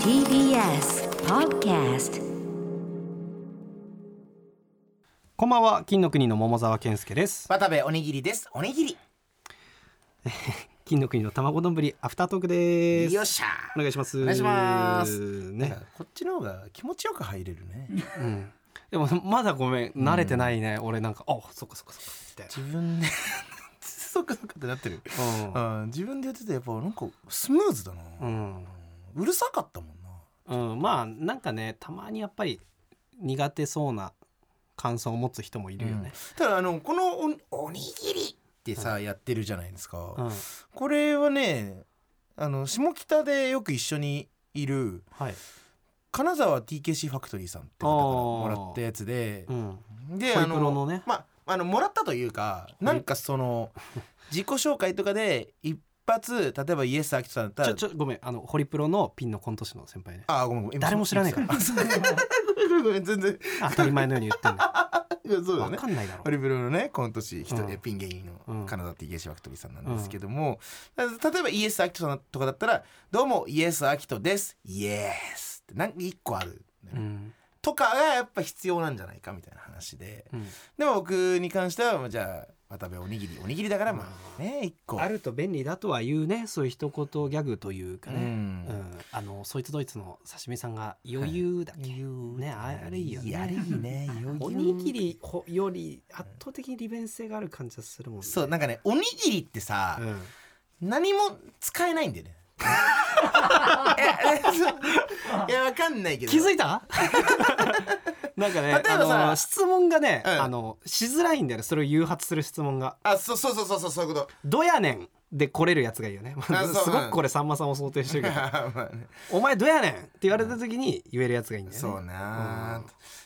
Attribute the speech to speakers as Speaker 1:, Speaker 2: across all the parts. Speaker 1: TBS Podcast
Speaker 2: こんばんは金の国の桃沢健介です
Speaker 3: 渡部おにぎりですおにぎり
Speaker 2: 金の国の卵丼ぶりアフタートークです
Speaker 3: よっしゃ
Speaker 2: お願いします
Speaker 3: お願いします
Speaker 2: ね、
Speaker 3: こっちの方が気持ちよく入れるね
Speaker 2: うん、でもまだごめん慣れてないね、俺なんかあそっかそっかそっかみたい
Speaker 3: 自分で そっかそっかってなってる
Speaker 2: な
Speaker 3: あ自分でやっててやっぱなんかスムーズだな、
Speaker 2: う、
Speaker 3: うんうるさかったもんな
Speaker 2: うんうん、まあなんかねたまにやっぱり苦手そうな感想を持つ人もいるよね、
Speaker 3: ただあのこのおおにぎりってさ、やってるじゃないですか、
Speaker 2: うん
Speaker 3: これはねあの下北でよく一緒にいる
Speaker 2: はい、
Speaker 3: 金沢 TKC ファクトリーさんって方からもらったやつで、
Speaker 2: うん、
Speaker 3: で
Speaker 2: ホイ
Speaker 3: あ
Speaker 2: プロのね
Speaker 3: まああのもらったというかなんかその自己紹介とかで一発例えばイエス・アキトさんだった
Speaker 2: ち
Speaker 3: ら
Speaker 2: ょちょごめんあのホリプロのピンのコント師の先輩ね
Speaker 3: あごめんごめん
Speaker 2: 誰も知らないから
Speaker 3: あ そうごめんごめん全然
Speaker 2: あ当たり前のように言ってんだ
Speaker 3: いや そうだ
Speaker 2: わ
Speaker 3: ね
Speaker 2: かんないだろ
Speaker 3: ホリプロのね今年一人、
Speaker 2: うん
Speaker 3: ピン芸人
Speaker 2: う
Speaker 3: の
Speaker 2: ん
Speaker 3: カナダ TKC ファクトリーさんなんですけども、例えばイエス・アキトさんとかだったら「どうもイエス・アキトですイエス」ってなんか一個ある、
Speaker 2: うん
Speaker 3: とかがやっぱ必要なんじゃないかみたいな話で
Speaker 2: うん、
Speaker 3: でも僕に関してはまあじゃあ渡部おにぎりおにぎりだからまあね一個
Speaker 2: あると便利だとは言うねそういう一言ギャグというかね、
Speaker 3: うん
Speaker 2: うんあのそいつドイツの刺身さんが余裕だっけ、ねああれいいよね
Speaker 3: あれいいね余裕
Speaker 2: おにぎりほより圧倒的に利便性がある感じがするもんね
Speaker 3: そうなんかねおにぎりってさ、
Speaker 2: うん
Speaker 3: 何も使えないんだよ ねいやわかんないけど
Speaker 2: 気づいた なんかね
Speaker 3: 例えばさ
Speaker 2: あの質問がね、
Speaker 3: うん
Speaker 2: あのしづらいんだよねそれを誘発する質問が
Speaker 3: あそうそうそうそうそうそういうこと
Speaker 2: 「どやねん」で来れるやつがいいよね
Speaker 3: あそう
Speaker 2: すごくこれさんまさんを想定してるけど
Speaker 3: まあね
Speaker 2: 「お前どやねん」って言われた時に言えるやつがいいんだよね
Speaker 3: そうな、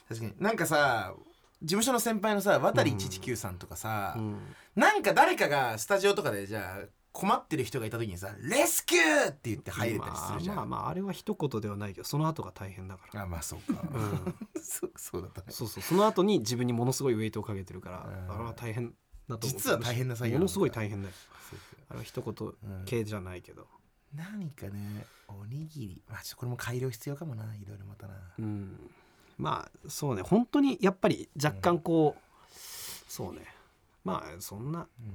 Speaker 3: 確かになんかさ事務所の先輩のさ渡り119さんとかさ、
Speaker 2: うん
Speaker 3: なんか誰かがスタジオとかでじゃあ困ってる人がいた時にさ「レスキュー!」って言って入れたりするじゃん、
Speaker 2: まあまあまああれは一言ではないけどその後が大変だから、
Speaker 3: あまあそうか、
Speaker 2: うん、
Speaker 3: そそうだったね
Speaker 2: そうそうその後に自分にものすごいウェイトをかけてるから、
Speaker 3: うん
Speaker 2: あれは大変だと思う
Speaker 3: 実は大変な作業
Speaker 2: ものすごい大変だよ
Speaker 3: そうそう
Speaker 2: あれは一言系じゃないけど、
Speaker 3: 何かねおにぎりまあちょっとこれも改良必要かもないろいろまたな
Speaker 2: うんまあそうね本当にやっぱり若干こう、そうねまあそんな
Speaker 3: うん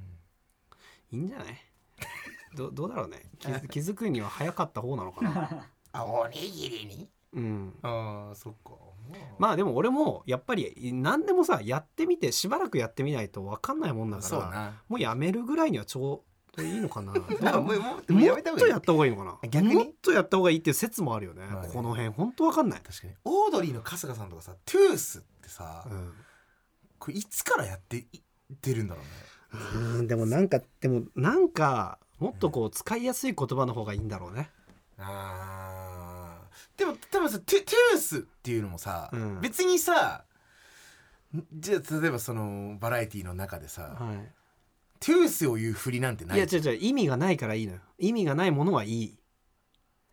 Speaker 2: いいんじゃないどどうだろうね気 づ気づくには早かった方なのかな
Speaker 3: あおにぎりに
Speaker 2: うん
Speaker 3: ああそっか
Speaker 2: まあでも俺もやっぱり何でもさやってみてしばらくやってみないと分かんないもんだか
Speaker 3: そう
Speaker 2: ら
Speaker 3: な
Speaker 2: もうやめるぐらいにはちょうどいいのか などうだろう
Speaker 3: もうもうもう
Speaker 2: も
Speaker 3: や
Speaker 2: っ
Speaker 3: めた方
Speaker 2: と
Speaker 3: がいい
Speaker 2: やった方がいいのかな
Speaker 3: 逆に
Speaker 2: もっとやった方がいいっていう説もあるよね、
Speaker 3: まあね
Speaker 2: この辺本当わかんない、
Speaker 3: 確かにオードリーの春日さんとかさトゥースってさ、これいつからやっていってるんだろうね
Speaker 2: うん、でもなんかでもなんかもっとこう使いやすい言葉の方がいいんだろうね、
Speaker 3: あーでも多分さトゥトゥースっていうのもさ、
Speaker 2: うん
Speaker 3: 別にさんじゃあ例えばそのバラエティの中でさ、
Speaker 2: は
Speaker 3: トゥースを言う振りなんて
Speaker 2: い、
Speaker 3: ないい
Speaker 2: や違う違う意味がないからいいのよ意味がないものはいい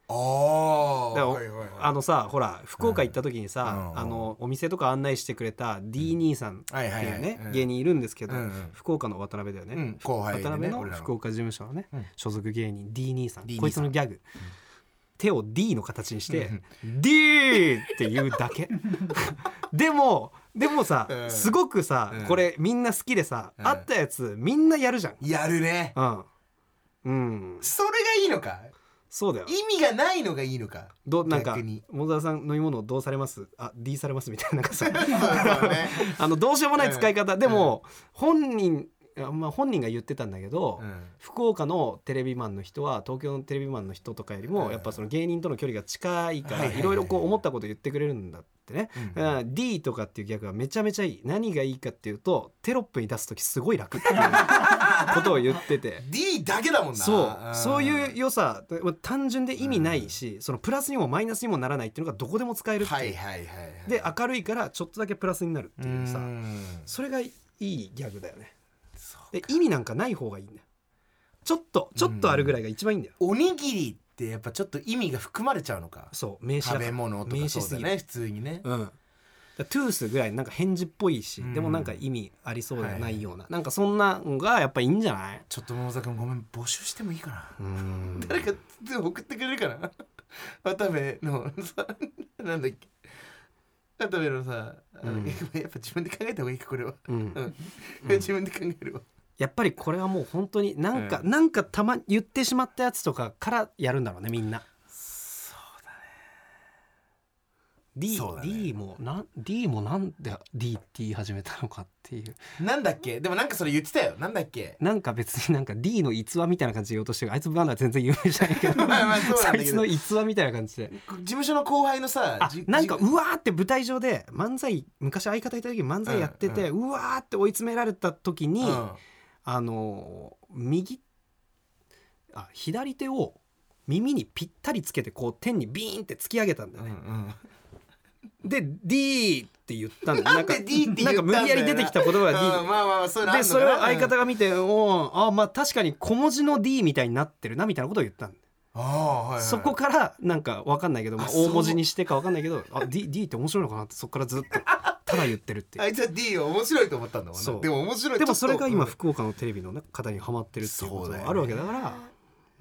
Speaker 3: あ
Speaker 2: だから
Speaker 3: あ、
Speaker 2: お
Speaker 3: はいはいはい
Speaker 2: あのさほら福岡行った時にさ、
Speaker 3: うん
Speaker 2: あのお店とか案内してくれた D 兄さんって
Speaker 3: はいいはいう
Speaker 2: ね、
Speaker 3: はい
Speaker 2: 芸人いるんですけど、
Speaker 3: うんうん
Speaker 2: 福岡の渡辺だよね、
Speaker 3: うん後輩で
Speaker 2: 渡
Speaker 3: ね
Speaker 2: 辺の
Speaker 3: 俺らの
Speaker 2: 福岡事務所のね、
Speaker 3: うん
Speaker 2: 所属芸人 D 兄さん
Speaker 3: D 兄さん
Speaker 2: こいつのギャグ、手を D の形にして「D」って言うだ けでもでもさ、
Speaker 3: うん
Speaker 2: すごくさ、
Speaker 3: うん
Speaker 2: これみんな好きでさ、
Speaker 3: うん
Speaker 2: あったやつみんなやるじゃん
Speaker 3: やるね
Speaker 2: うん、うん、
Speaker 3: それがいいのか
Speaker 2: そうだよ
Speaker 3: 意味がないのがいいのか
Speaker 2: どなんか
Speaker 3: 逆に
Speaker 2: 桃沢さん飲み物どうされますあ D されますみたいななんか さ
Speaker 3: そうね
Speaker 2: あのどうしようもない使い方、でも、本人あまあ本人が言ってたんだけど、
Speaker 3: うん
Speaker 2: 福岡のテレビマンの人は東京のテレビマンの人とかよりも、
Speaker 3: うん
Speaker 2: やっぱその芸人との距離が近いから
Speaker 3: はいはいはい
Speaker 2: いろいろこう思ったこと言ってくれるんだってね、
Speaker 3: うん
Speaker 2: だから D とかっていう逆はめちゃめちゃいい何がいいかっていうとテロップに出す時すごい楽っていう ことを言ってて
Speaker 3: D だけだもんな
Speaker 2: そうそういう
Speaker 3: よ
Speaker 2: 良さまあ単純で意味ないし、そのプラスにもマイナスにもならないっていうのがどこでも使えるっていう、
Speaker 3: はいはいはいはい
Speaker 2: で明るいからちょっとだけプラスになるっていうさ
Speaker 3: うん
Speaker 2: それがいいギャグだよね
Speaker 3: そう
Speaker 2: で意味なんかない方がいいんだよちょっとちょっとあるぐらいが一番いいんだよ、
Speaker 3: おにぎりってやっぱちょっと意味が含まれちゃうのか
Speaker 2: そう名詞だ
Speaker 3: 食
Speaker 2: から
Speaker 3: べ物と
Speaker 2: 名
Speaker 3: か
Speaker 2: 詞
Speaker 3: そう
Speaker 2: す
Speaker 3: だ
Speaker 2: ぎ
Speaker 3: ね普通にね
Speaker 2: るうんだからトゥースぐらいなんか返事っぽいし、
Speaker 3: うん
Speaker 2: でもなんか意味ありそうでは
Speaker 3: は
Speaker 2: ないいような、なんかそんなのがやっぱいいんじゃない
Speaker 3: ちょっと桃沢君ごめん募集してもいいかな
Speaker 2: うん
Speaker 3: 誰か送ってくれるかな 渡部のさなんだっけ渡部のさあの、
Speaker 2: うん
Speaker 3: やっぱ自分で考えた方がいいかこれは、
Speaker 2: うん
Speaker 3: うん
Speaker 2: うん
Speaker 3: 自分で考えるわ
Speaker 2: やっぱりこれはもう本当になんか、
Speaker 3: う
Speaker 2: なんかたま言ってしまったやつとかからやるんだろうねみんな
Speaker 3: そうだね
Speaker 2: D,
Speaker 3: そうだね
Speaker 2: D もなん D もなんで D って言い始めたのかっていう
Speaker 3: なんだっけでもなんかそれ言ってたよなんだっけ
Speaker 2: なんか別になんか D の逸話みたいな感じで言おうとしてるあいつまだ全然有名じゃないけど
Speaker 3: まあまあそうなんだ
Speaker 2: そい
Speaker 3: けど
Speaker 2: つの逸話みたいな感じで
Speaker 3: 事務所の後輩のさ
Speaker 2: あ
Speaker 3: じ
Speaker 2: なんか
Speaker 3: じ
Speaker 2: うわーって舞台上で漫才昔相方いた時に漫才やってて、うわーって追い詰められた時に、
Speaker 3: うん
Speaker 2: あのー右あ左手を耳にぴったりつけてこう天にビーンって突き上げたんだよ
Speaker 3: うんう
Speaker 2: ね、
Speaker 3: ん
Speaker 2: で D って言ったんだよ
Speaker 3: なんで D って
Speaker 2: な
Speaker 3: 言ったんだよな
Speaker 2: んか無理やり出てきた言葉が D、
Speaker 3: うんまあまあそういうの
Speaker 2: で
Speaker 3: あんのかな
Speaker 2: それを相
Speaker 3: う
Speaker 2: 方
Speaker 3: ん
Speaker 2: が見て「おーあまあ確かに小文字の D みたいになってるな」みたいなことを言ったんだ
Speaker 3: ああはいはい
Speaker 2: そこからなんか分かんないけど、まあ、
Speaker 3: あそう
Speaker 2: 大文字にしてか分かんないけど「あ D, D って面白いのかな」ってそこからずっとただ言ってるってい
Speaker 3: あ
Speaker 2: う
Speaker 3: いつは D を面白いと思ったんだもん
Speaker 2: そ
Speaker 3: ね
Speaker 2: う
Speaker 3: でも面白い
Speaker 2: でもそれが今
Speaker 3: ちょっと
Speaker 2: 福岡のテレビの方にはまってるっていうこ
Speaker 3: そう
Speaker 2: と
Speaker 3: だよね
Speaker 2: があるわけだから、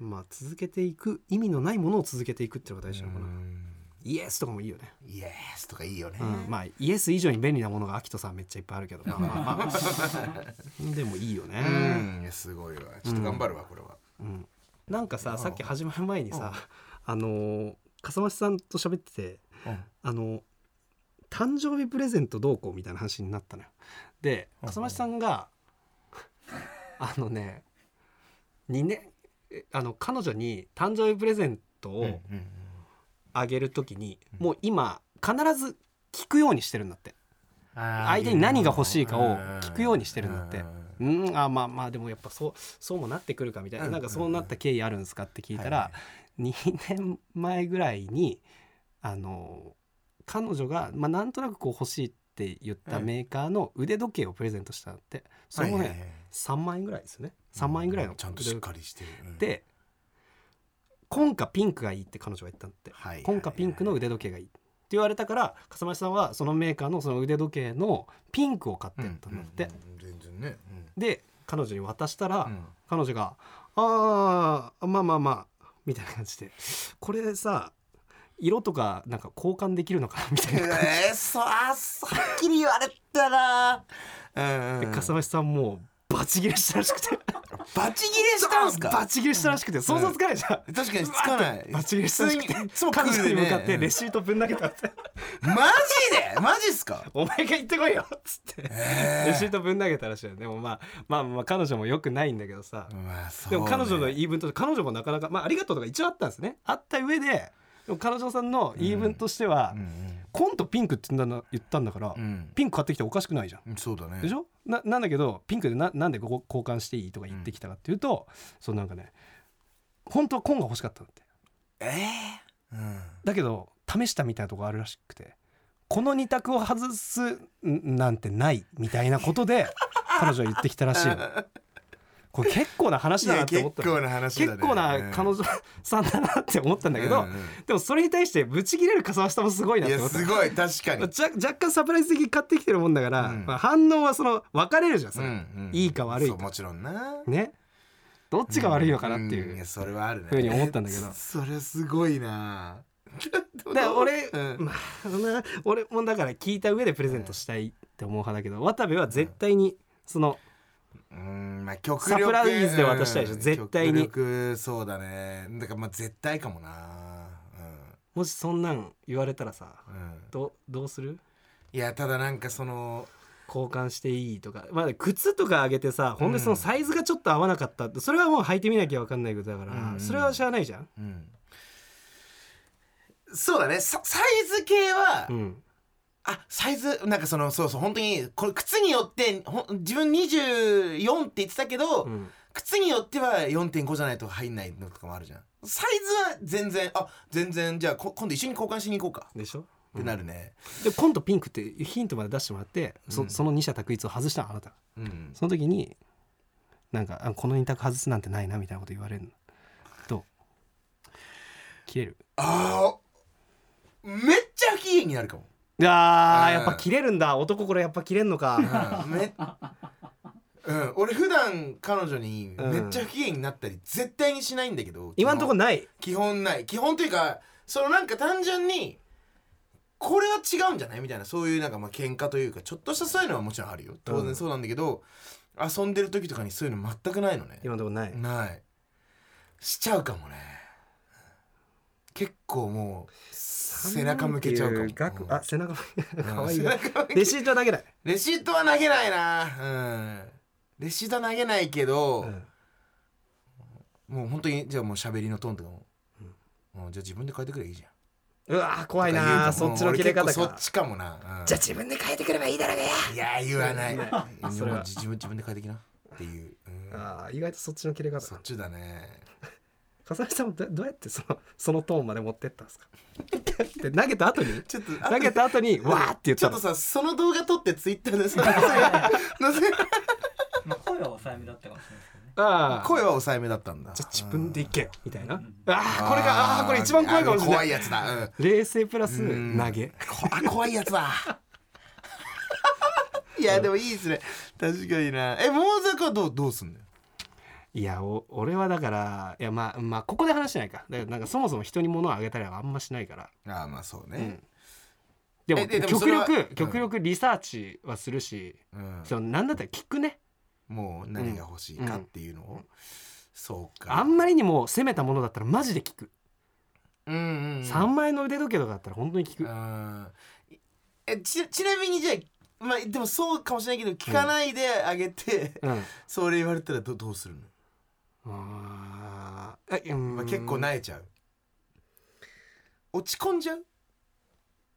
Speaker 2: まあ続けていく意味のないものを続けていくっていうのが大事なのかな、
Speaker 3: うん
Speaker 2: イエスとかもいいよね、
Speaker 3: イエスとかいいよね
Speaker 2: うんまあイエス以上に便利なものがアキトさんめっちゃいっぱいあるけどまあまあまあでもいいよね、
Speaker 3: うんいやすごいわちょっと頑張るわこれは
Speaker 2: うん、なんかささっき始まる前にさ、あのー笠間さんと喋っててあのー誕生日プレゼントどうこうみたいな話になったのよ。で
Speaker 3: うん
Speaker 2: 笠間さんがあのね2年えあの彼女に誕生日プレゼント
Speaker 3: うん
Speaker 2: をあげるときに、もう今必ず聞くようにしてるんだって。
Speaker 3: 相
Speaker 2: 相手に何が欲しいかを聞くようにしてるんだって。うん、あまあまあでもやっぱそうそうもなってくるかみたいな,、
Speaker 3: うん
Speaker 2: なんかそうなった経緯あるんですかって聞いたら、
Speaker 3: はい
Speaker 2: 2年前ぐらいにあの彼女が、まあ、なんとなくこう欲しいって言ったメーカーの腕時計をプレゼントしたんだってそれもね、3万円ぐらいですよね3万円ぐらいの
Speaker 3: ちゃんと
Speaker 2: 腕
Speaker 3: しっ
Speaker 2: 時計
Speaker 3: かりしてるうん
Speaker 2: で紺かピンクがいいって彼女が言ったんだって、
Speaker 3: はいはいはい
Speaker 2: 紺かピンクの腕時計がいいって言われたから笠間さんはそのメーカーのその腕時計のピンクを買ってやったんだって、
Speaker 3: うんうん全然ね
Speaker 2: で彼女に渡したら、
Speaker 3: うんうん
Speaker 2: 彼女が「あーまあまあまあ」みたいな感じでこれさ色とかなんか交換できるのかなみ たいな感
Speaker 3: えーそうあそうはっきり言われたなう
Speaker 2: じ
Speaker 3: んうん
Speaker 2: で笠間さんもうバチギレしたらしくて
Speaker 3: バチギレしたんす
Speaker 2: バ
Speaker 3: か
Speaker 2: チギレしたらしくて想像つかないじゃん、
Speaker 3: 確かにつかない
Speaker 2: バチギレしたらしくて
Speaker 3: 普通にいつもクー
Speaker 2: 彼
Speaker 3: ル
Speaker 2: 女
Speaker 3: で
Speaker 2: に
Speaker 3: ね
Speaker 2: 向かってレシートぶん投げたって
Speaker 3: マジでマジっすか
Speaker 2: 「お前が行ってこいよ」っつってレシートぶん投げたらしいよでもまあまあまあ彼女もよくないんだけどさ、
Speaker 3: まあそう
Speaker 2: で
Speaker 3: ね
Speaker 2: も彼女の言い分として彼女もなかなか、まあ、ありがとうとか一応あったんですねあった上ででも彼女さんの言い分としては、
Speaker 3: うん
Speaker 2: コントピンクって言ったんだ言ったんだから、
Speaker 3: うん
Speaker 2: ピンク買ってきておかしくないじゃん。
Speaker 3: うんそうだね
Speaker 2: でしょななんだけどピンクでななんでここ交換していいとか言ってきたかっていうと、そうなんかね本当は紺が欲しかったんだって
Speaker 3: ええうん
Speaker 2: だけど試したみたいなとこあるらしくてこの二択を外すんなんてないみたいなこと で彼女は言ってきたらしいのこれ結構な話
Speaker 3: い
Speaker 2: だな
Speaker 3: や
Speaker 2: って
Speaker 3: 結
Speaker 2: 思ったの
Speaker 3: 構な話だね
Speaker 2: 結構な彼女さんだなって思ったんだけど、
Speaker 3: うんうん
Speaker 2: でもそれに対してブチ切れる笠間下もすごいなっ
Speaker 3: い
Speaker 2: て
Speaker 3: や
Speaker 2: 思った
Speaker 3: すごい確かに
Speaker 2: まあ、若若干サプライズ的に買ってきてるもんだから、
Speaker 3: うん
Speaker 2: まあ、反応はその分かれるじゃんそれ、
Speaker 3: うんうん
Speaker 2: いいか悪い
Speaker 3: そう
Speaker 2: か
Speaker 3: もちろんな
Speaker 2: ねどっちが悪いのかなっていう、
Speaker 3: んやそれはあるね
Speaker 2: ふうに思ったんだけど
Speaker 3: えそれはすごいな
Speaker 2: だから俺、
Speaker 3: うん
Speaker 2: まあな俺もだから聞いた上でプレゼントしたいって思う派だけど渡部は絶対にその
Speaker 3: うんまあ極
Speaker 2: サ
Speaker 3: 力
Speaker 2: プライズで渡したいでしょ
Speaker 3: うん
Speaker 2: 絶対に
Speaker 3: 極力そうだねだからまあ絶対かもな
Speaker 2: もしそんなん言われたらさ
Speaker 3: うんうん
Speaker 2: どどうする
Speaker 3: いやただなんかその
Speaker 2: 交換していいとか、まあ、靴とかあげてさほんでそのサイズがちょっと合わなかったってそれはもう履いてみなきゃ分かんないことだから、
Speaker 3: うんうん
Speaker 2: それはしゃあないじゃん。
Speaker 3: うんそうだねササイズ系は、
Speaker 2: うん
Speaker 3: あサイズなんかそのそうそう本当にこれ靴によってほん自分24って言ってたけど、
Speaker 2: うん
Speaker 3: 靴によっては4.5じゃないと入んないのとかもあるじゃんサイズは全然あ全然じゃあこ今度一緒に交換しに行こうか
Speaker 2: でしょ
Speaker 3: ってなるね
Speaker 2: で今度ピンクってヒントまで出してもらってそ,、
Speaker 3: うん
Speaker 2: その二者択一を外したのあなた
Speaker 3: うん
Speaker 2: その時になんかあこの二択外すなんてないなみたいなこと言われるのと切れる
Speaker 3: あーめっちゃ不機嫌になるかも
Speaker 2: あ
Speaker 3: う
Speaker 2: ー
Speaker 3: ん
Speaker 2: やっぱ切れるんだ男これやっぱ切れんの か
Speaker 3: うんめうん、俺普段彼女にめっちゃ不機嫌になったり絶対にしないんだけど
Speaker 2: 今んとこ
Speaker 3: な
Speaker 2: ない
Speaker 3: 基本ない基本というかそのなんか単純にこれは違うんじゃないみたいなそういうなんかまあ喧嘩というかちょっとしたそういうのはもちろんあるよ当然そうなんだけど、遊んでる時とかにそういうの全くないのね
Speaker 2: 今のところない、
Speaker 3: ないしちゃうかもね結構もう背中向けちゃうかも
Speaker 2: 額
Speaker 3: うん
Speaker 2: あ背中
Speaker 3: う
Speaker 2: 向け
Speaker 3: ん
Speaker 2: かわいい
Speaker 3: 背
Speaker 2: な
Speaker 3: 中向け
Speaker 2: レシートは投げない、
Speaker 3: レシートは投げないなうんレシートは投げないけど、
Speaker 2: うん
Speaker 3: もう本当にじゃあもう喋りのトーンとかも、もうじゃあ自分で変えてくればいいじゃん
Speaker 2: うわー怖い
Speaker 3: とか言うか
Speaker 2: なー
Speaker 3: も
Speaker 2: そっちの切れ方
Speaker 3: 俺
Speaker 2: か
Speaker 3: 結構そっちかもな、うん
Speaker 2: じゃあ自分で変えてくればいいだろうがよ
Speaker 3: いや言わない
Speaker 2: ねそ
Speaker 3: そ
Speaker 2: れ
Speaker 3: れ
Speaker 2: は
Speaker 3: は自分自分で変えてきなっていう、うん
Speaker 2: あー意外とそっちの切れ
Speaker 3: そ
Speaker 2: 方
Speaker 3: っちだね
Speaker 2: 笠井さんもどどうやってそのそのトーンまで持ってったんですか で投げた後に
Speaker 3: ちょっと
Speaker 2: 投げた後にわーって言っ
Speaker 3: ちょ
Speaker 2: たの
Speaker 3: っとさその動画撮ってツイッターでさ なぜ
Speaker 4: ま あ、 声は抑えめだったかもしれないですけどね。
Speaker 2: あー
Speaker 3: 声は抑えめだったんだ
Speaker 2: じゃあ自分でいけよみたいなあ
Speaker 3: うん
Speaker 2: ーこれがあーこれ一番怖いかもしれ
Speaker 3: あー
Speaker 2: な
Speaker 3: 怖い
Speaker 2: い
Speaker 3: やつだ、うん
Speaker 2: 冷静プラス
Speaker 3: うん
Speaker 2: 投げ
Speaker 3: こあ怖いや つだいやでもいいですね確かになえモーザクはどうどうすんのよ
Speaker 2: いやお俺はだからいやまあまあここで話しないかだからなんかそもそも人に物をあげたりはあんましないから
Speaker 3: ああまあそう
Speaker 2: う
Speaker 3: ね
Speaker 2: ん、でも
Speaker 3: えででもそ
Speaker 2: 極
Speaker 3: れは
Speaker 2: 力、
Speaker 3: うん
Speaker 2: 極力リサーチはするし、
Speaker 3: うん
Speaker 2: そのなんだったら聞くね
Speaker 3: もう何が欲しいかっていうのを、そうか
Speaker 2: あんまりにも攻めたものだったらマジで聞く、
Speaker 3: うんうんうん
Speaker 2: 三3枚の腕時計とかだったら本当に聞く、
Speaker 3: うんえちちなみにじゃあまあでもそうかもしれないけど聞かないであげて、
Speaker 2: うん
Speaker 3: それ言われたらどどうするの、
Speaker 2: あーあうん
Speaker 3: まあ、結構なえちゃう落ち込んじゃう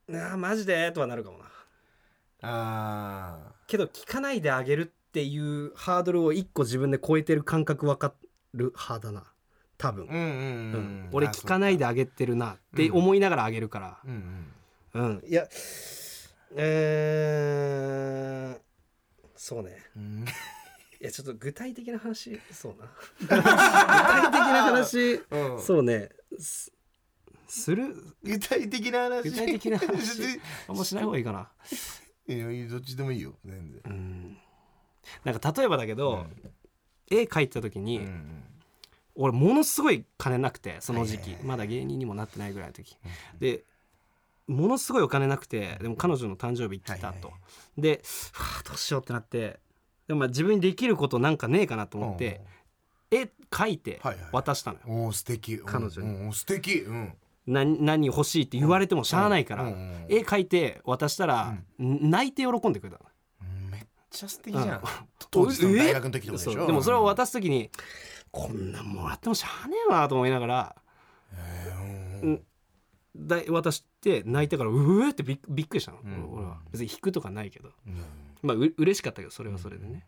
Speaker 2: あーマジでとはなるかもな
Speaker 3: あ
Speaker 2: けど聞かないであげるっていうハードルを一個自分で超えてる感覚分かる派だな多分、
Speaker 3: ーうんうん
Speaker 2: う
Speaker 3: うんん、
Speaker 2: 俺聞か
Speaker 3: い
Speaker 2: ないであげてるなって思いながらあげるから
Speaker 3: うんうん
Speaker 2: うん、いやえー、そうね
Speaker 3: うん
Speaker 2: いやちょっと具体的な話そうな具体的な話
Speaker 3: う ん
Speaker 2: そうねすする
Speaker 3: 具体的な話
Speaker 2: 具体的な話
Speaker 3: い
Speaker 2: あんましない方がいいかな
Speaker 3: や いいどっちでもいいよ全然
Speaker 2: うんなんか例えばだけど、絵描いてた時に、
Speaker 3: うんうん
Speaker 2: 俺ものすごい金なくてその時期、
Speaker 3: はいはいはい
Speaker 2: まだ芸人にもなってないぐらいの時、でものすごいお金なくてでも彼女の誕生日来た
Speaker 3: はい
Speaker 2: と、
Speaker 3: は
Speaker 2: ではあどうしようってなってでもまあ自分にできることなんかねえかなと思って、絵描いて
Speaker 3: はいはい
Speaker 2: 渡したのよ、
Speaker 3: うんおー素敵
Speaker 2: 彼女に
Speaker 3: に素敵うん
Speaker 2: な何欲しいって言われてもしゃあないから、
Speaker 3: うんうんうん
Speaker 2: 絵描いて渡したら、泣いて喜んでくれたの
Speaker 3: めっちゃ素敵じゃ
Speaker 2: うん
Speaker 3: ん。当時の大学の時とかでし
Speaker 2: そう
Speaker 3: ょ。
Speaker 2: でもそれを
Speaker 3: 私
Speaker 2: 渡す時に、こんなんもらってもしゃあねえわと思いながら、うんだ渡して泣いたからうえってびっびっくりしたの、
Speaker 3: うん
Speaker 2: 俺は別に引くとかないけどまあう嬉しかったけどそれはそれでね、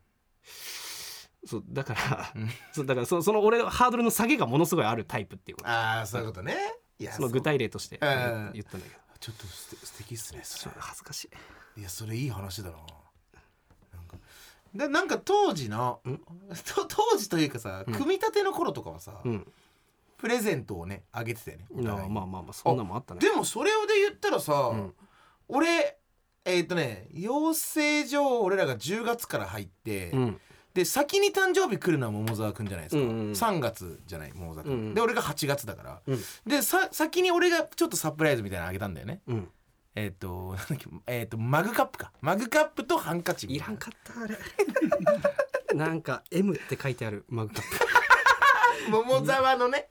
Speaker 2: そうだから、
Speaker 3: うん
Speaker 2: そうだからそのその俺のハードルの下げがものすごいあるタイプっていうこと
Speaker 3: ああそういうことね。いや
Speaker 2: その具体例として言
Speaker 3: うん
Speaker 2: ったんだけど、
Speaker 3: そうちょっと素敵素敵っすね。
Speaker 2: ち
Speaker 3: そ
Speaker 2: ょ
Speaker 3: れ
Speaker 2: っと恥ずかしい
Speaker 3: いやそれいい話だな。なんかでなんか当時の
Speaker 2: ん
Speaker 3: と当時というかさ
Speaker 2: ん
Speaker 3: 組み立ての頃とかはさ、
Speaker 2: うん
Speaker 3: プレゼントをねあげてたよね。お
Speaker 2: まあ
Speaker 3: 互いに
Speaker 2: まあまあそんなのもあったね
Speaker 3: でもそれで言ったらさ、
Speaker 2: ん
Speaker 3: 俺えっ、とね養成所俺らが10月から入って。
Speaker 2: うん
Speaker 3: で先に誕生日来るのは桃沢くんじゃないですか、
Speaker 2: うんうん
Speaker 3: 3月じゃない桃沢くん、
Speaker 2: うんうん
Speaker 3: で俺が8月だから、
Speaker 2: うん
Speaker 3: でさ先に俺がちょっとサプライズみたいなのあげたんだよね
Speaker 2: うん
Speaker 3: えっ、となんだっけ、えー、とマグカップかマグカップとハンカチみ
Speaker 2: い
Speaker 3: た
Speaker 2: ら
Speaker 3: い
Speaker 2: ん
Speaker 3: な
Speaker 2: かったあれ なんか M って書いてあるマグカップ
Speaker 3: 桃沢のね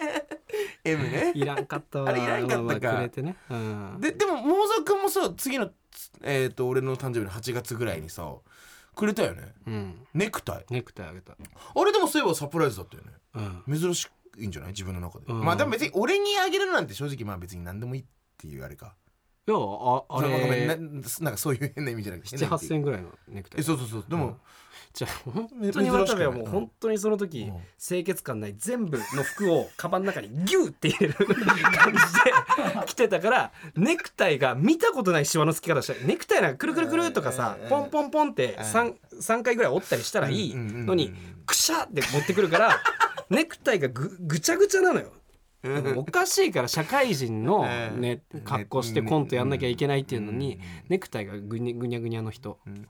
Speaker 3: M ね
Speaker 2: いらんかったわ
Speaker 3: あれいらんかった
Speaker 2: まあ
Speaker 3: か
Speaker 2: まあくれてね、うん、
Speaker 3: ででも桃沢くんもさ次の、えー、と俺の誕生日の8月ぐらいにさくれたよね
Speaker 2: うん、
Speaker 3: ネクタイ
Speaker 2: ネクタイあげた
Speaker 3: あれでもそういえばサプライズだったよね
Speaker 2: うん
Speaker 3: 珍しいんじゃない自分の中で、
Speaker 2: うん
Speaker 3: まあでも別に俺にあげるなんて正直まあ別に何でもいいっていうあれか
Speaker 2: いやああ
Speaker 3: そのごめんな
Speaker 2: れ
Speaker 3: なんかそういう変な意味じゃなくて
Speaker 2: 七八千
Speaker 3: 円
Speaker 2: 円ぐらいのネクタ
Speaker 3: え
Speaker 2: イ
Speaker 3: そうそうそうでも、
Speaker 2: じゃあ本当に渡部はもう本当にその時、
Speaker 3: うん
Speaker 2: 清潔感ない全部の服をカバンの中にギューって入れる感じで着てたからネクタイが見たことないシワのつき方したネクタイなんかくるくるくるとかさ、
Speaker 3: うん
Speaker 2: ポンポンポンって
Speaker 3: うん
Speaker 2: 3, 三回ぐらい折ったりしたらいい
Speaker 3: うんうんうんうん
Speaker 2: のにくしゃって持ってくるからネクタイがぐぐちゃぐちゃなのよ。おかしいから社会人の、
Speaker 3: うん
Speaker 2: ね、格好してコントやんなきゃいけないっていうのに
Speaker 3: うん
Speaker 2: ネクタイがぐにゃぐにゃぐにゃの人
Speaker 3: ん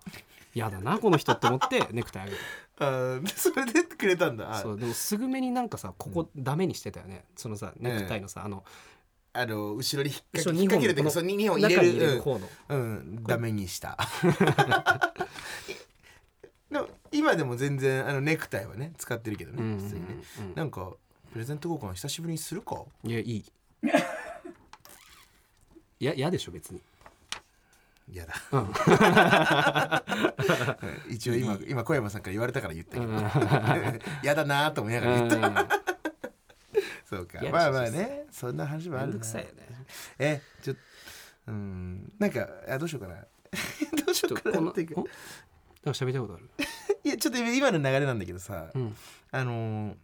Speaker 2: やだなこの人って思 ってネクタイあげた。
Speaker 3: あーそれでくれたんだあ
Speaker 2: そうでもすぐめになんかさここダメにしてたよね、そのさネクタイのさ、あの
Speaker 3: あの後ろに引っ
Speaker 2: 後
Speaker 3: 掛
Speaker 2: ろ
Speaker 3: け
Speaker 2: に
Speaker 3: 引っ掛けるというか
Speaker 2: こ
Speaker 3: そ
Speaker 2: の
Speaker 3: う2本入れ
Speaker 2: 中
Speaker 3: る
Speaker 2: に入れる方の
Speaker 3: うん、うん、ダメにした でも今でも全然あのネクタイはね使ってるけど
Speaker 2: う
Speaker 3: ね
Speaker 2: んうんうん
Speaker 3: 普通にねなんかプレゼント交換久しぶりにするか
Speaker 2: いやい いいや嫌でしょ別に
Speaker 3: 嫌だ、 一応今今小山さんから言われたから言ったけど 嫌だなと思いながら言ったそうか
Speaker 2: 嫌で
Speaker 3: ますあまあねそんな話もあ
Speaker 2: めんど
Speaker 3: るな
Speaker 2: くさいよね
Speaker 3: えちょっうんなんかあどうしようかな どうし
Speaker 2: ちょ
Speaker 3: よ
Speaker 2: っ
Speaker 3: う
Speaker 2: と
Speaker 3: か
Speaker 2: こ
Speaker 3: な
Speaker 2: の
Speaker 3: っていうか
Speaker 2: おなんか喋りたいことある
Speaker 3: いやちょっと今の流れなんだけどさ、
Speaker 2: うん
Speaker 3: あのー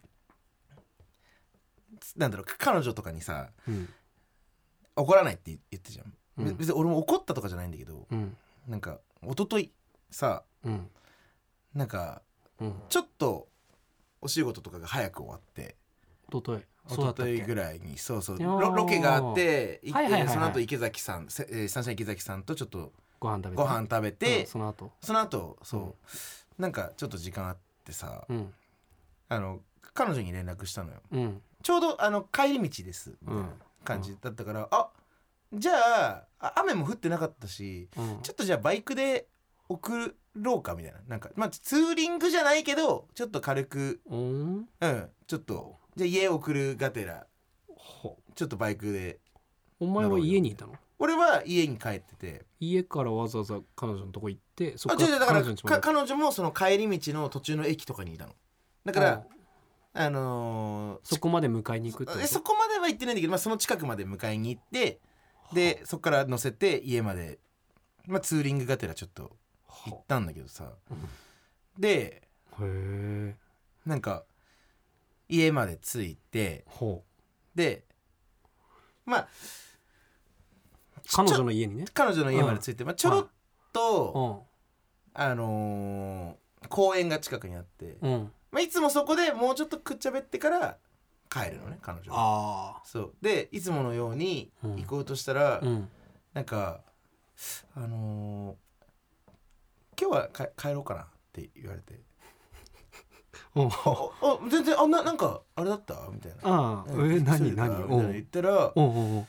Speaker 3: つなんだろう彼女とかにさ
Speaker 2: うん
Speaker 3: 怒らないって言言ってたじゃん、べ
Speaker 2: うん
Speaker 3: 別に俺も怒ったとかじゃないんだけど
Speaker 2: うん
Speaker 3: なんか一昨日さ
Speaker 2: うん
Speaker 3: なんか
Speaker 2: うん
Speaker 3: ちょっとお仕事とかが早く終わって
Speaker 2: 一昨日
Speaker 3: 一
Speaker 2: そうだったっ
Speaker 3: 昨日
Speaker 2: け
Speaker 3: ぐらいにそうそう
Speaker 2: いやー
Speaker 3: ロロケがあって行っ
Speaker 2: は
Speaker 3: て、
Speaker 2: いはいはいはい
Speaker 3: その後池崎さんせえーサンシャイン池崎さんとちょっと
Speaker 2: ご飯食べて
Speaker 3: ご飯食べて、
Speaker 2: うんその後
Speaker 3: その後そうなんかちょっと時間あってさ、
Speaker 2: うん
Speaker 3: あの彼女に連絡したのよ
Speaker 2: うん
Speaker 3: ちょうどあの帰り道ですみたいな感じだったから、あじゃああ雨も降ってなかったし
Speaker 2: うん
Speaker 3: ちょっとじゃあバイクで送ろうかみたいななんか、まあ、ツーリングじゃないけどちょっと軽く
Speaker 2: うん
Speaker 3: うんちょっとじゃあ家送るがてら
Speaker 2: ほ
Speaker 3: ちょっとバイクで
Speaker 2: お前は家にいたの
Speaker 3: 俺は家に帰ってて
Speaker 2: 家からわざわざ彼女のとこ行ってそっ
Speaker 3: あ違う違うだから
Speaker 2: 彼女の家ま
Speaker 3: か彼女もその帰り道の途中の駅とかにいたの
Speaker 2: で
Speaker 3: だから
Speaker 2: う、ん
Speaker 3: あのー
Speaker 2: そこまで迎えに行くってこ
Speaker 3: え
Speaker 2: と
Speaker 3: そこまでは行ってないんだけど、まあ、その近くまで迎えに行ってでそこから乗せて家まで、まあ、ツーリングがてらちょっと行ったんだけどさ
Speaker 2: うん
Speaker 3: で
Speaker 2: へえ
Speaker 3: なんか家まで着いて
Speaker 2: ほう
Speaker 3: でまあ
Speaker 2: 彼女の家にね
Speaker 3: 彼女の家まで着いて、まあ、ちょろっ
Speaker 2: う
Speaker 3: と、
Speaker 2: ん
Speaker 3: あのー公園が近くにあって、
Speaker 2: うん
Speaker 3: まあ、いつもそこでもうちょっとくっちゃべってから帰るのね彼女は
Speaker 2: あ
Speaker 3: そうでいつものように行こうとしたら、
Speaker 2: うん
Speaker 3: なんかあのー今日はか帰ろうかなって言われて
Speaker 2: うん
Speaker 3: 「ああ全然あななんかあれだった?」みたいな
Speaker 2: ああ
Speaker 3: 「
Speaker 2: え
Speaker 3: うん急い
Speaker 2: 何
Speaker 3: でた
Speaker 2: 何
Speaker 3: み
Speaker 2: う
Speaker 3: たいな言
Speaker 2: ん
Speaker 3: ったら、ま
Speaker 2: うんうんうん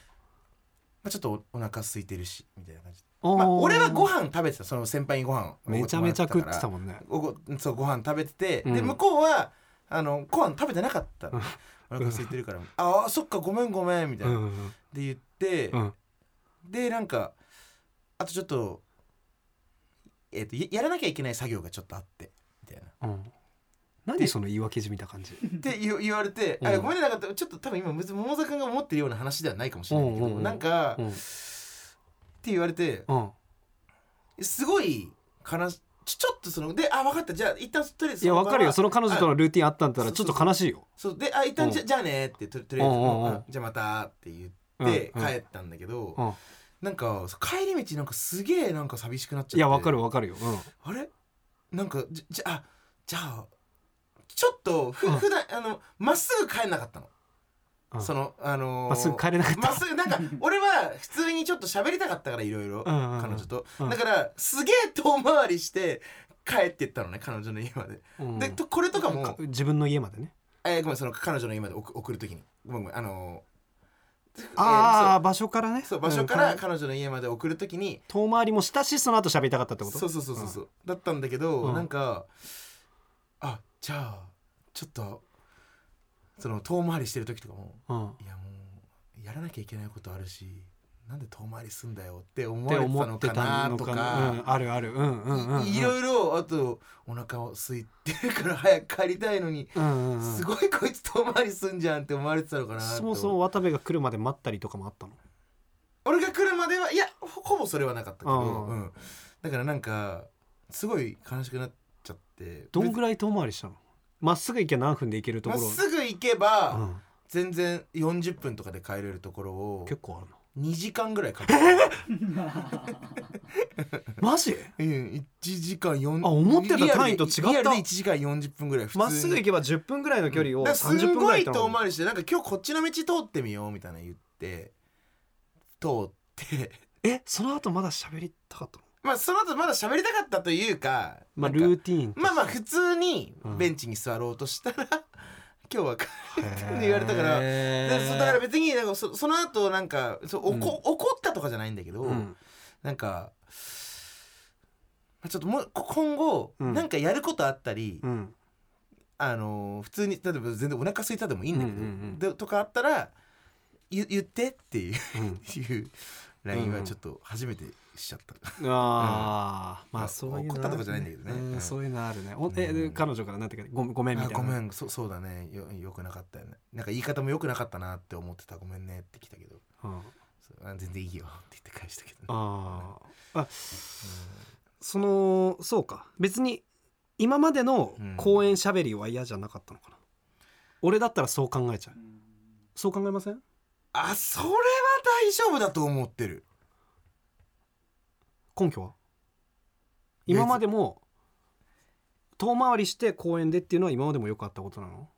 Speaker 3: あ、ちょっとおお腹空いてるしみたいな感じで、
Speaker 2: お
Speaker 3: まあ、
Speaker 2: ー
Speaker 3: 俺はご飯食べてたその先輩にご飯
Speaker 2: めちゃめちゃ食ってた
Speaker 3: ん
Speaker 2: もんね
Speaker 3: おごそうご飯食べてて、
Speaker 2: う
Speaker 3: で
Speaker 2: ん
Speaker 3: 向こうはあのご飯食べてなかったの
Speaker 2: うん
Speaker 3: お腹空いてるから「ああそっかごめんごめん」みたいうな、
Speaker 2: んう
Speaker 3: で
Speaker 2: ん
Speaker 3: 言って、
Speaker 2: うん
Speaker 3: でなんかあとちょっと,、えー、とややらなきゃいけない作業がちょっとあってみたいな。
Speaker 2: うん何その言い訳じみた 感じ
Speaker 3: って言う言われて「
Speaker 2: う
Speaker 3: あ
Speaker 2: ん
Speaker 3: ごめんねなんかちょっと多分今別に桃沢君が思ってるような話ではないかもしれないけど、
Speaker 2: うんうんうん
Speaker 3: なんか、
Speaker 2: うん
Speaker 3: って言われて
Speaker 2: うん
Speaker 3: すごい悲しちょちょっとそので「あ分かったじゃあ一旦とりあえず
Speaker 2: いやわかるよそ
Speaker 3: の
Speaker 2: の彼女とのルーティンあったんだったらちょっと悲しいよ
Speaker 3: 場はそうであ一旦じゃ,、
Speaker 2: う
Speaker 3: じゃあね」ってととりあえず
Speaker 2: うんうんうん
Speaker 3: あ「じゃあまた」って言って
Speaker 2: うんうん
Speaker 3: 帰ったんだけど、
Speaker 2: うん
Speaker 3: なんかそう帰り道なんかすげえなんか寂しくなっちゃって
Speaker 2: いやわかるわかるようん
Speaker 3: あれなんかじじゃあじゃあちょっとふ、
Speaker 2: うん
Speaker 3: 普段あのまっすぐ帰んなかったの、
Speaker 2: うん
Speaker 3: そのあのー
Speaker 2: まっすぐ帰れなかった
Speaker 3: まっすぐなんか俺は普通にちょっと喋りたかったからいろいろ
Speaker 2: うんうんうん
Speaker 3: 彼女と、
Speaker 2: うん
Speaker 3: だからすげえ遠回りして帰ってったのね彼女の家まで、
Speaker 2: うん
Speaker 3: でとこれとかも、
Speaker 2: か自分の家までね
Speaker 3: えーごめんその彼女の家まで送送る時にごめんごめんあのー
Speaker 2: あ
Speaker 3: え
Speaker 2: あ場所からね
Speaker 3: ーそうそう場所か
Speaker 2: う
Speaker 3: ら
Speaker 2: ん
Speaker 3: 彼女の家まで送る時に
Speaker 2: 遠回りもしたしその後喋りたかったってこと
Speaker 3: そうそうそうそうそう、だったんだけど、
Speaker 2: うん
Speaker 3: なんかあじゃあちょっとその遠回りしてる時とかも
Speaker 2: うんうんっ
Speaker 3: いやもうやらなきゃいけないことあるしなんで遠回りすんだよって思わ
Speaker 2: て
Speaker 3: れて
Speaker 2: 思
Speaker 3: た
Speaker 2: っ
Speaker 3: の
Speaker 2: て
Speaker 3: か
Speaker 2: た
Speaker 3: な
Speaker 2: の
Speaker 3: と
Speaker 2: か
Speaker 3: か
Speaker 2: なうんあるあるうんうんうんうん
Speaker 3: いいろいろあとお腹を空いてるから早く帰りたいのに、
Speaker 2: うんうんうん
Speaker 3: すごいこいつ遠回りすんじゃんって思われてたのかなって
Speaker 2: そ
Speaker 3: 思
Speaker 2: も
Speaker 3: う
Speaker 2: そも渡部が来るまで待ったりとかもあったの
Speaker 3: 俺が来るまではいやほほぼそれはなかったけど、
Speaker 2: うん
Speaker 3: うんだからなんかすごい悲しくなっちゃって
Speaker 2: どんぐらい遠回りしたのまっすぐ行けば何分で行けると
Speaker 3: ま
Speaker 2: こ
Speaker 3: っ
Speaker 2: ろを
Speaker 3: すぐ行けば、
Speaker 2: うん
Speaker 3: 全然40分とかで帰れるところを
Speaker 2: 結構あるの
Speaker 3: 2時間ぐらいか かる、
Speaker 2: マジ
Speaker 3: うん、1時間4
Speaker 2: あ思ってた単位と違った
Speaker 3: リアルで1時間40分ぐらい普通に
Speaker 2: まっすぐ行けば10分ぐらいの距離を
Speaker 3: だからす
Speaker 2: 30分ぐ
Speaker 3: ご
Speaker 2: らい
Speaker 3: い
Speaker 2: 行ったの
Speaker 3: 遠回りしてなんか今日こっちの道通ってみようみたいな言って通って
Speaker 2: えその後まだ喋りたかったの
Speaker 3: まあその後まだ喋りたかったというか
Speaker 2: まあ
Speaker 3: なんか
Speaker 2: ルーティーン
Speaker 3: まあまあ普通に
Speaker 2: うん
Speaker 3: ベンチに座ろうとしたら、今日は帰って言われたからだからそうだから別になんかそその後なんかそう怒怒ったとかじゃないんだけど、
Speaker 2: うん
Speaker 3: なんかまあちょっともうこ今後、
Speaker 2: うん
Speaker 3: なんかやることあったり、
Speaker 2: うん
Speaker 3: あのー普通に例えば全然お腹空いたでもいいんだけど、
Speaker 2: うんうんうん
Speaker 3: でとかあったらゆ言ってっていう
Speaker 2: うん
Speaker 3: いう LINE はちょっと初めてしちゃった、
Speaker 2: あーま
Speaker 3: まあ
Speaker 2: あそういうの
Speaker 3: 怒ったとかじゃないんだけどね
Speaker 2: う
Speaker 3: うん
Speaker 2: そういうのあるねおえで彼女からなんていうかごめんごめんみ
Speaker 3: あ
Speaker 2: たいな
Speaker 3: ごめんそそうだねよよくなかったよねなんか言い方もよくなかったなって思ってたごめんねって来たけど
Speaker 2: うん
Speaker 3: そうあ全然いいよって言って返したけどね
Speaker 2: あーあそのそうか別に今までの公演しゃべりは嫌じゃなかったのかな、俺だったらそう考えちゃうそう考えません
Speaker 3: あそれは大丈夫だと思ってる
Speaker 2: 根拠はい
Speaker 3: や
Speaker 2: 今までも遠回りして公演でっていうのは今までもよくあったことなの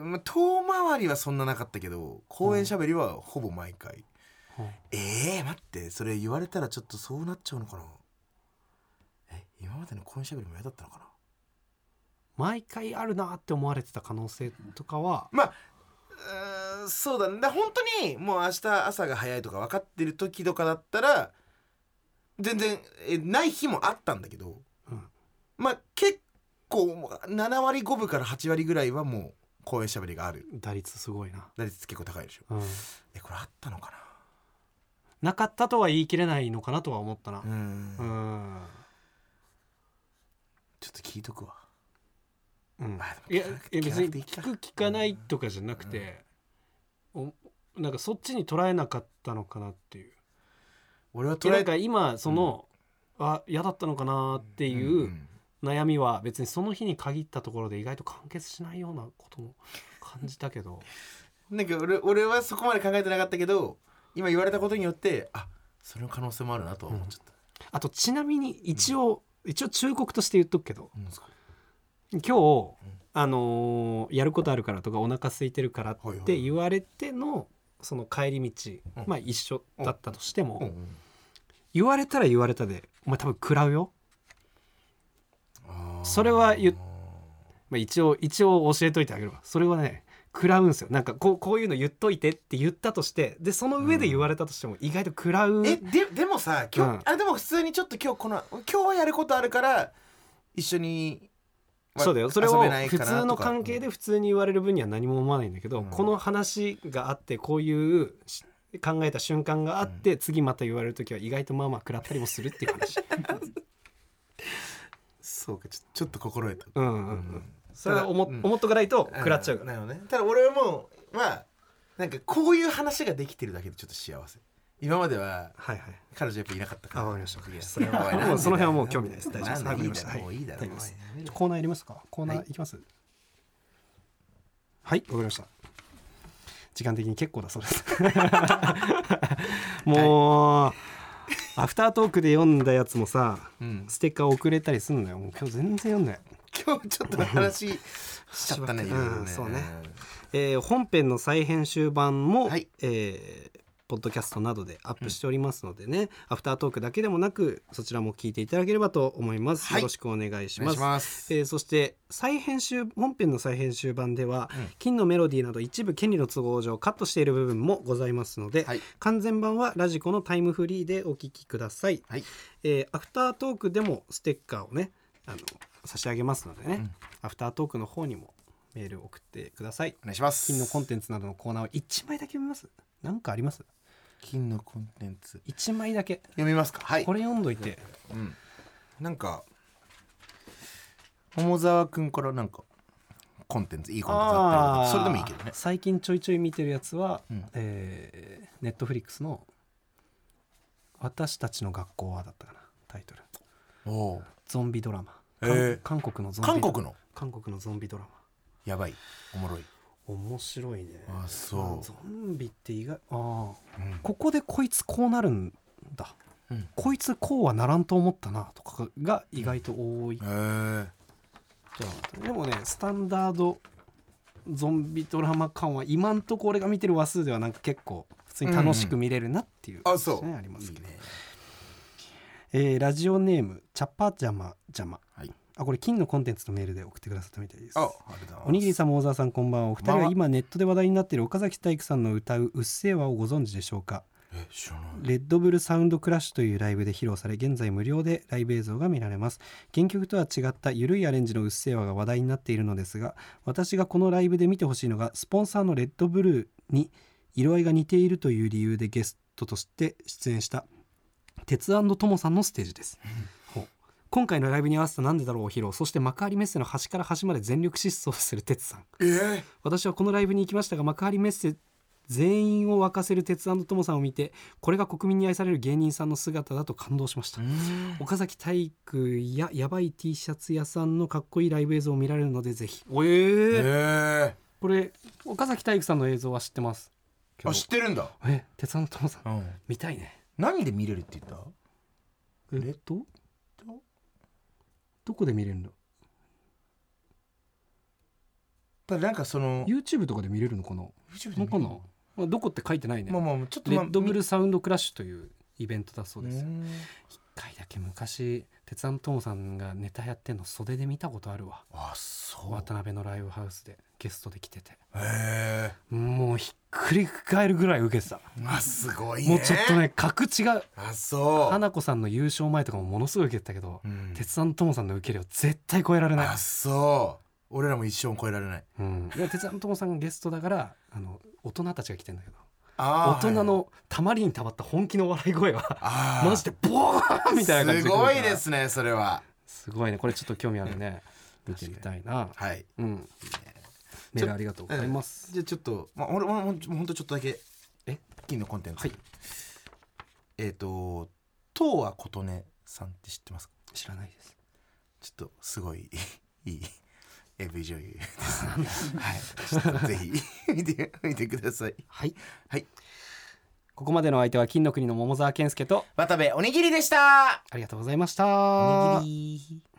Speaker 3: まあ遠回りはそんななかったけど公園しゃべりはほぼ毎回、
Speaker 2: うん
Speaker 3: えー、待ってそれ言われたらちょっとそうなっちゃうのかなえ今までの公園しゃべりも嫌だったのかな
Speaker 2: 毎回あるなって思われてた可能性とかは
Speaker 3: まあうーんそうだねだ本当にもう明日朝が早いとか分かってる時とかだったら全然えない日もあったんだけど、
Speaker 2: うん
Speaker 3: まあ結構7割5分から8割ぐらいはもう公園しゃべりがある
Speaker 2: 打率すごいな、
Speaker 3: 打率結構高いでしょ
Speaker 2: うん、
Speaker 3: えこれあったのか
Speaker 2: なかったとは言い切れないのかなとは思ったな
Speaker 3: なうん
Speaker 2: うん、
Speaker 3: ちょっと聞いとくわ
Speaker 2: うん
Speaker 3: あ
Speaker 2: い
Speaker 3: でも
Speaker 2: や
Speaker 3: 聞かなく
Speaker 2: いや別に
Speaker 3: 聞かなくていい
Speaker 2: 聞
Speaker 3: か
Speaker 2: く聞かないとかじゃなくて、おなんかそっちに捉えなかったのかなっていう
Speaker 3: 俺は
Speaker 2: い
Speaker 3: 捉
Speaker 2: やな
Speaker 3: え
Speaker 2: んか今その、あ嫌だったのかなってい
Speaker 3: うんう
Speaker 2: ううん悩みは別にその日に限ったところで意外と完結しないようなことも感じたけど
Speaker 3: なんか俺俺はそこまで考えてなかったけど今言われたことによってあそれの可能性もあるなとは思っちゃった、
Speaker 2: あとちなみに一応、一応忠告として言っとくけど
Speaker 3: うんですか
Speaker 2: 今日、あのーやることあるからとかお腹空いてるからっ
Speaker 3: はいは
Speaker 2: て
Speaker 3: い
Speaker 2: 言われてのその帰り道、
Speaker 3: うん
Speaker 2: まあ一緒だったとしても、
Speaker 3: うんうん
Speaker 2: 言われたら言われたでお前多分食らうよ、
Speaker 3: あー
Speaker 2: それは言っまあ、一応一応教えといてあげるわそれはね食らうんですよなんかこうこういうの言っといてって言ったとしてでその上で言われたとしても意外と食らう、
Speaker 3: えででもさ今日、
Speaker 2: うん
Speaker 3: あでも普通にちょっと今日この今日はやることあるから一緒に、まあ
Speaker 2: そうだよそれを
Speaker 3: 遊べないか
Speaker 2: 普
Speaker 3: な
Speaker 2: 通の
Speaker 3: とか
Speaker 2: 関係で普通に言われる分には何も思わないんだけど、
Speaker 3: うん
Speaker 2: この話があってこういうし考えた瞬間があって、次また言われる時は意外とまあまあ食らったりもするっていう 話
Speaker 3: そうかちょちょっと心得た、
Speaker 2: うんうん、う
Speaker 3: うんん、
Speaker 2: それは思,、
Speaker 3: うん
Speaker 2: 思っとかないと食らっちゃうか
Speaker 3: あー
Speaker 2: ら、
Speaker 3: なるほどねただ俺はもうまあなんかこういう話ができてるだけでちょっと幸せ今までは
Speaker 2: はいはい
Speaker 3: 彼女やっぱいなかったから
Speaker 2: あわかりました
Speaker 3: いや
Speaker 2: それは
Speaker 3: おいなんで
Speaker 2: もうその辺はもう興味ないです大丈夫です
Speaker 3: なんで
Speaker 2: わかり
Speaker 3: い
Speaker 2: ま
Speaker 3: い
Speaker 2: し
Speaker 3: だ
Speaker 2: た
Speaker 3: ろもういいだろ
Speaker 2: はい
Speaker 3: も
Speaker 2: 大丈夫
Speaker 3: う
Speaker 2: ですコーナーやりますかコーナーいきますはいわ、かりました時間的に結構だそう ですもう、アフタートークで読んだやつもさ
Speaker 3: うん
Speaker 2: ステッカー遅れたりするんだよもう今日全然読んだよ、
Speaker 3: 今日ちょっと話しちゃったね
Speaker 2: うん
Speaker 3: いろいろ
Speaker 2: そうねえー本編の再編集版も、
Speaker 3: はい
Speaker 2: えーポッドキャストなどでアップしておりますのでね、アフタートークだけでもなくそちらも聞いていただければと思います、
Speaker 3: はい
Speaker 2: よろしくお願い
Speaker 3: お
Speaker 2: し
Speaker 3: 願
Speaker 2: ま
Speaker 3: い
Speaker 2: す
Speaker 3: します
Speaker 2: えーそして再編集本編の再編集版では、
Speaker 3: うん
Speaker 2: 金のメロディーなど一部権利の都合上カットしている部分もございますので、
Speaker 3: はい
Speaker 2: 完全版はラジコのタイムフリーでお聞きください、
Speaker 3: はい
Speaker 2: えーアフタートークでもステッカーをねあの差し上げますのでね、
Speaker 3: うん
Speaker 2: アフタートークの方にもメール送ってください
Speaker 3: お願いします
Speaker 2: 金のコンテンツなどのコーナーを1枚だけ読みますなんかあります
Speaker 3: 金のコンテンツ
Speaker 2: 1枚だけ
Speaker 3: 読みますかはい
Speaker 2: これ読んどいて、
Speaker 3: うんなんか桃沢くんからなんかコンテンツいいコンテンツあったりとかそれでもいいけどね
Speaker 2: 最近ちょいちょい見てるやつは、
Speaker 3: うん
Speaker 2: えネットフリックスの「私たちの学校は」だったかなタイトル
Speaker 3: おお
Speaker 2: ゾンビドラマ、
Speaker 3: へー
Speaker 2: 韓韓国のゾンビ
Speaker 3: 韓国の
Speaker 2: 韓国のゾンビドラマ
Speaker 3: やばいおもろい
Speaker 2: 面白いね
Speaker 3: あそう
Speaker 2: ゾンビって意外ああ
Speaker 3: うん
Speaker 2: ここでこいつこうなるんだ、
Speaker 3: うん
Speaker 2: こいつこうはならんと思ったなとかが意外と多い
Speaker 3: へえ
Speaker 2: でもねスタンダードゾンビドラマ感は今んとこ俺が見てる話数ではなんか結構普通に楽しく見れるなっていう、
Speaker 3: あそう
Speaker 2: ねあります
Speaker 3: いい
Speaker 2: けど
Speaker 3: ね
Speaker 2: えーラジオネームチャッパジャマジャマ
Speaker 3: はい
Speaker 2: あこれ金のコンテンツのメールで送ってくださったみたいです
Speaker 3: あありがとうございます
Speaker 2: おにぎりさんも大沢さんこんばんはお二人
Speaker 3: こんばん
Speaker 2: は
Speaker 3: は
Speaker 2: 今ネットで話題になっている岡崎体育さんの歌う「うっせぇわ」をご存知でしょうか
Speaker 3: え知らない
Speaker 2: レッドブルサウンドクラッシュというライブで披露され現在無料でライブ映像が見られます原曲とは違った緩いアレンジの「うっせぇわ」が話題になっているのですが私がこのライブで見てほしいのがスポンサーのレッドブルーに色合いが似ているという理由でゲストとして出演した鉄腕トモさんのステージですほう今回のライブに合わせた「なんでだろう」を披露そして幕張メッセの端から端まで全力疾走する鉄さん
Speaker 3: えー、
Speaker 2: 私はこのライブに行きましたが幕張メッセ全員を沸かせる鉄腕ともさんを見てこれが国民に愛される芸人さんの姿だと感動しました、岡崎体育ややばい T シャツ屋さんのかっこいいライブ映像を見られるのでぜひおえ
Speaker 3: え
Speaker 2: ー
Speaker 3: ー、
Speaker 2: これ岡崎体育さんの映像は知ってますけど
Speaker 3: あ知ってるんだ、
Speaker 2: え鉄腕ともさん
Speaker 3: うん、
Speaker 2: 見たいね
Speaker 3: 何で見れるって言っ
Speaker 2: え
Speaker 3: レ
Speaker 2: っとどこで見れるの
Speaker 3: ただなんかその
Speaker 2: YouTube とかで見れるのかな
Speaker 3: YouTube
Speaker 2: のかな、まあ、どこって書いてないね、
Speaker 3: まあまあちょっと
Speaker 2: レ
Speaker 3: まあ
Speaker 2: ッドブルサウンドクラッシュというイベントだそうです、
Speaker 3: ん
Speaker 2: 一回だけ昔鉄腕ともさんがネタやってんの袖で見たことあるわ
Speaker 3: あそう
Speaker 2: 渡辺のライブハウスでゲストで来てて
Speaker 3: へえ
Speaker 2: もうひっくり返るぐらい受けてた
Speaker 3: あすごいね
Speaker 2: もうちょっとね格違う
Speaker 3: あそう
Speaker 2: 花子さんの優勝前とかもものすごい受けてたけど、
Speaker 3: うん
Speaker 2: 鉄腕ともさんの受け量絶対超えられない
Speaker 3: あ、そう俺らも一生超えられない
Speaker 2: うん、いや鉄腕ともさんがゲストだからあの大人たちが来てんだけど大
Speaker 3: あー
Speaker 2: 人
Speaker 3: はい
Speaker 2: のたまりにたまった本気の笑い声が
Speaker 3: あー
Speaker 2: マジでボーンみたいな感じ
Speaker 3: す
Speaker 2: 来るか
Speaker 3: ご
Speaker 2: ら
Speaker 3: いですねそれは
Speaker 2: すごいねこれちょっと興味あるね見てみたいな
Speaker 3: はい
Speaker 2: うん。メールありがとうございます。
Speaker 3: じゃあちょっと、まあ、俺もほんほんとちょっとだけ
Speaker 2: え
Speaker 3: 金のコンテンツ、
Speaker 2: はい
Speaker 3: えっ、と東和琴音さんって知ってますか
Speaker 2: 知らないです。
Speaker 3: ちょっとすごい いい AV 女優です、はい、 ちょっとぜひ見て見てください
Speaker 2: はい。
Speaker 3: はい
Speaker 2: ここまでのお相手は金の国の桃沢健介と
Speaker 3: 渡部おにぎりでした
Speaker 2: ありがとうございました。
Speaker 3: おにぎり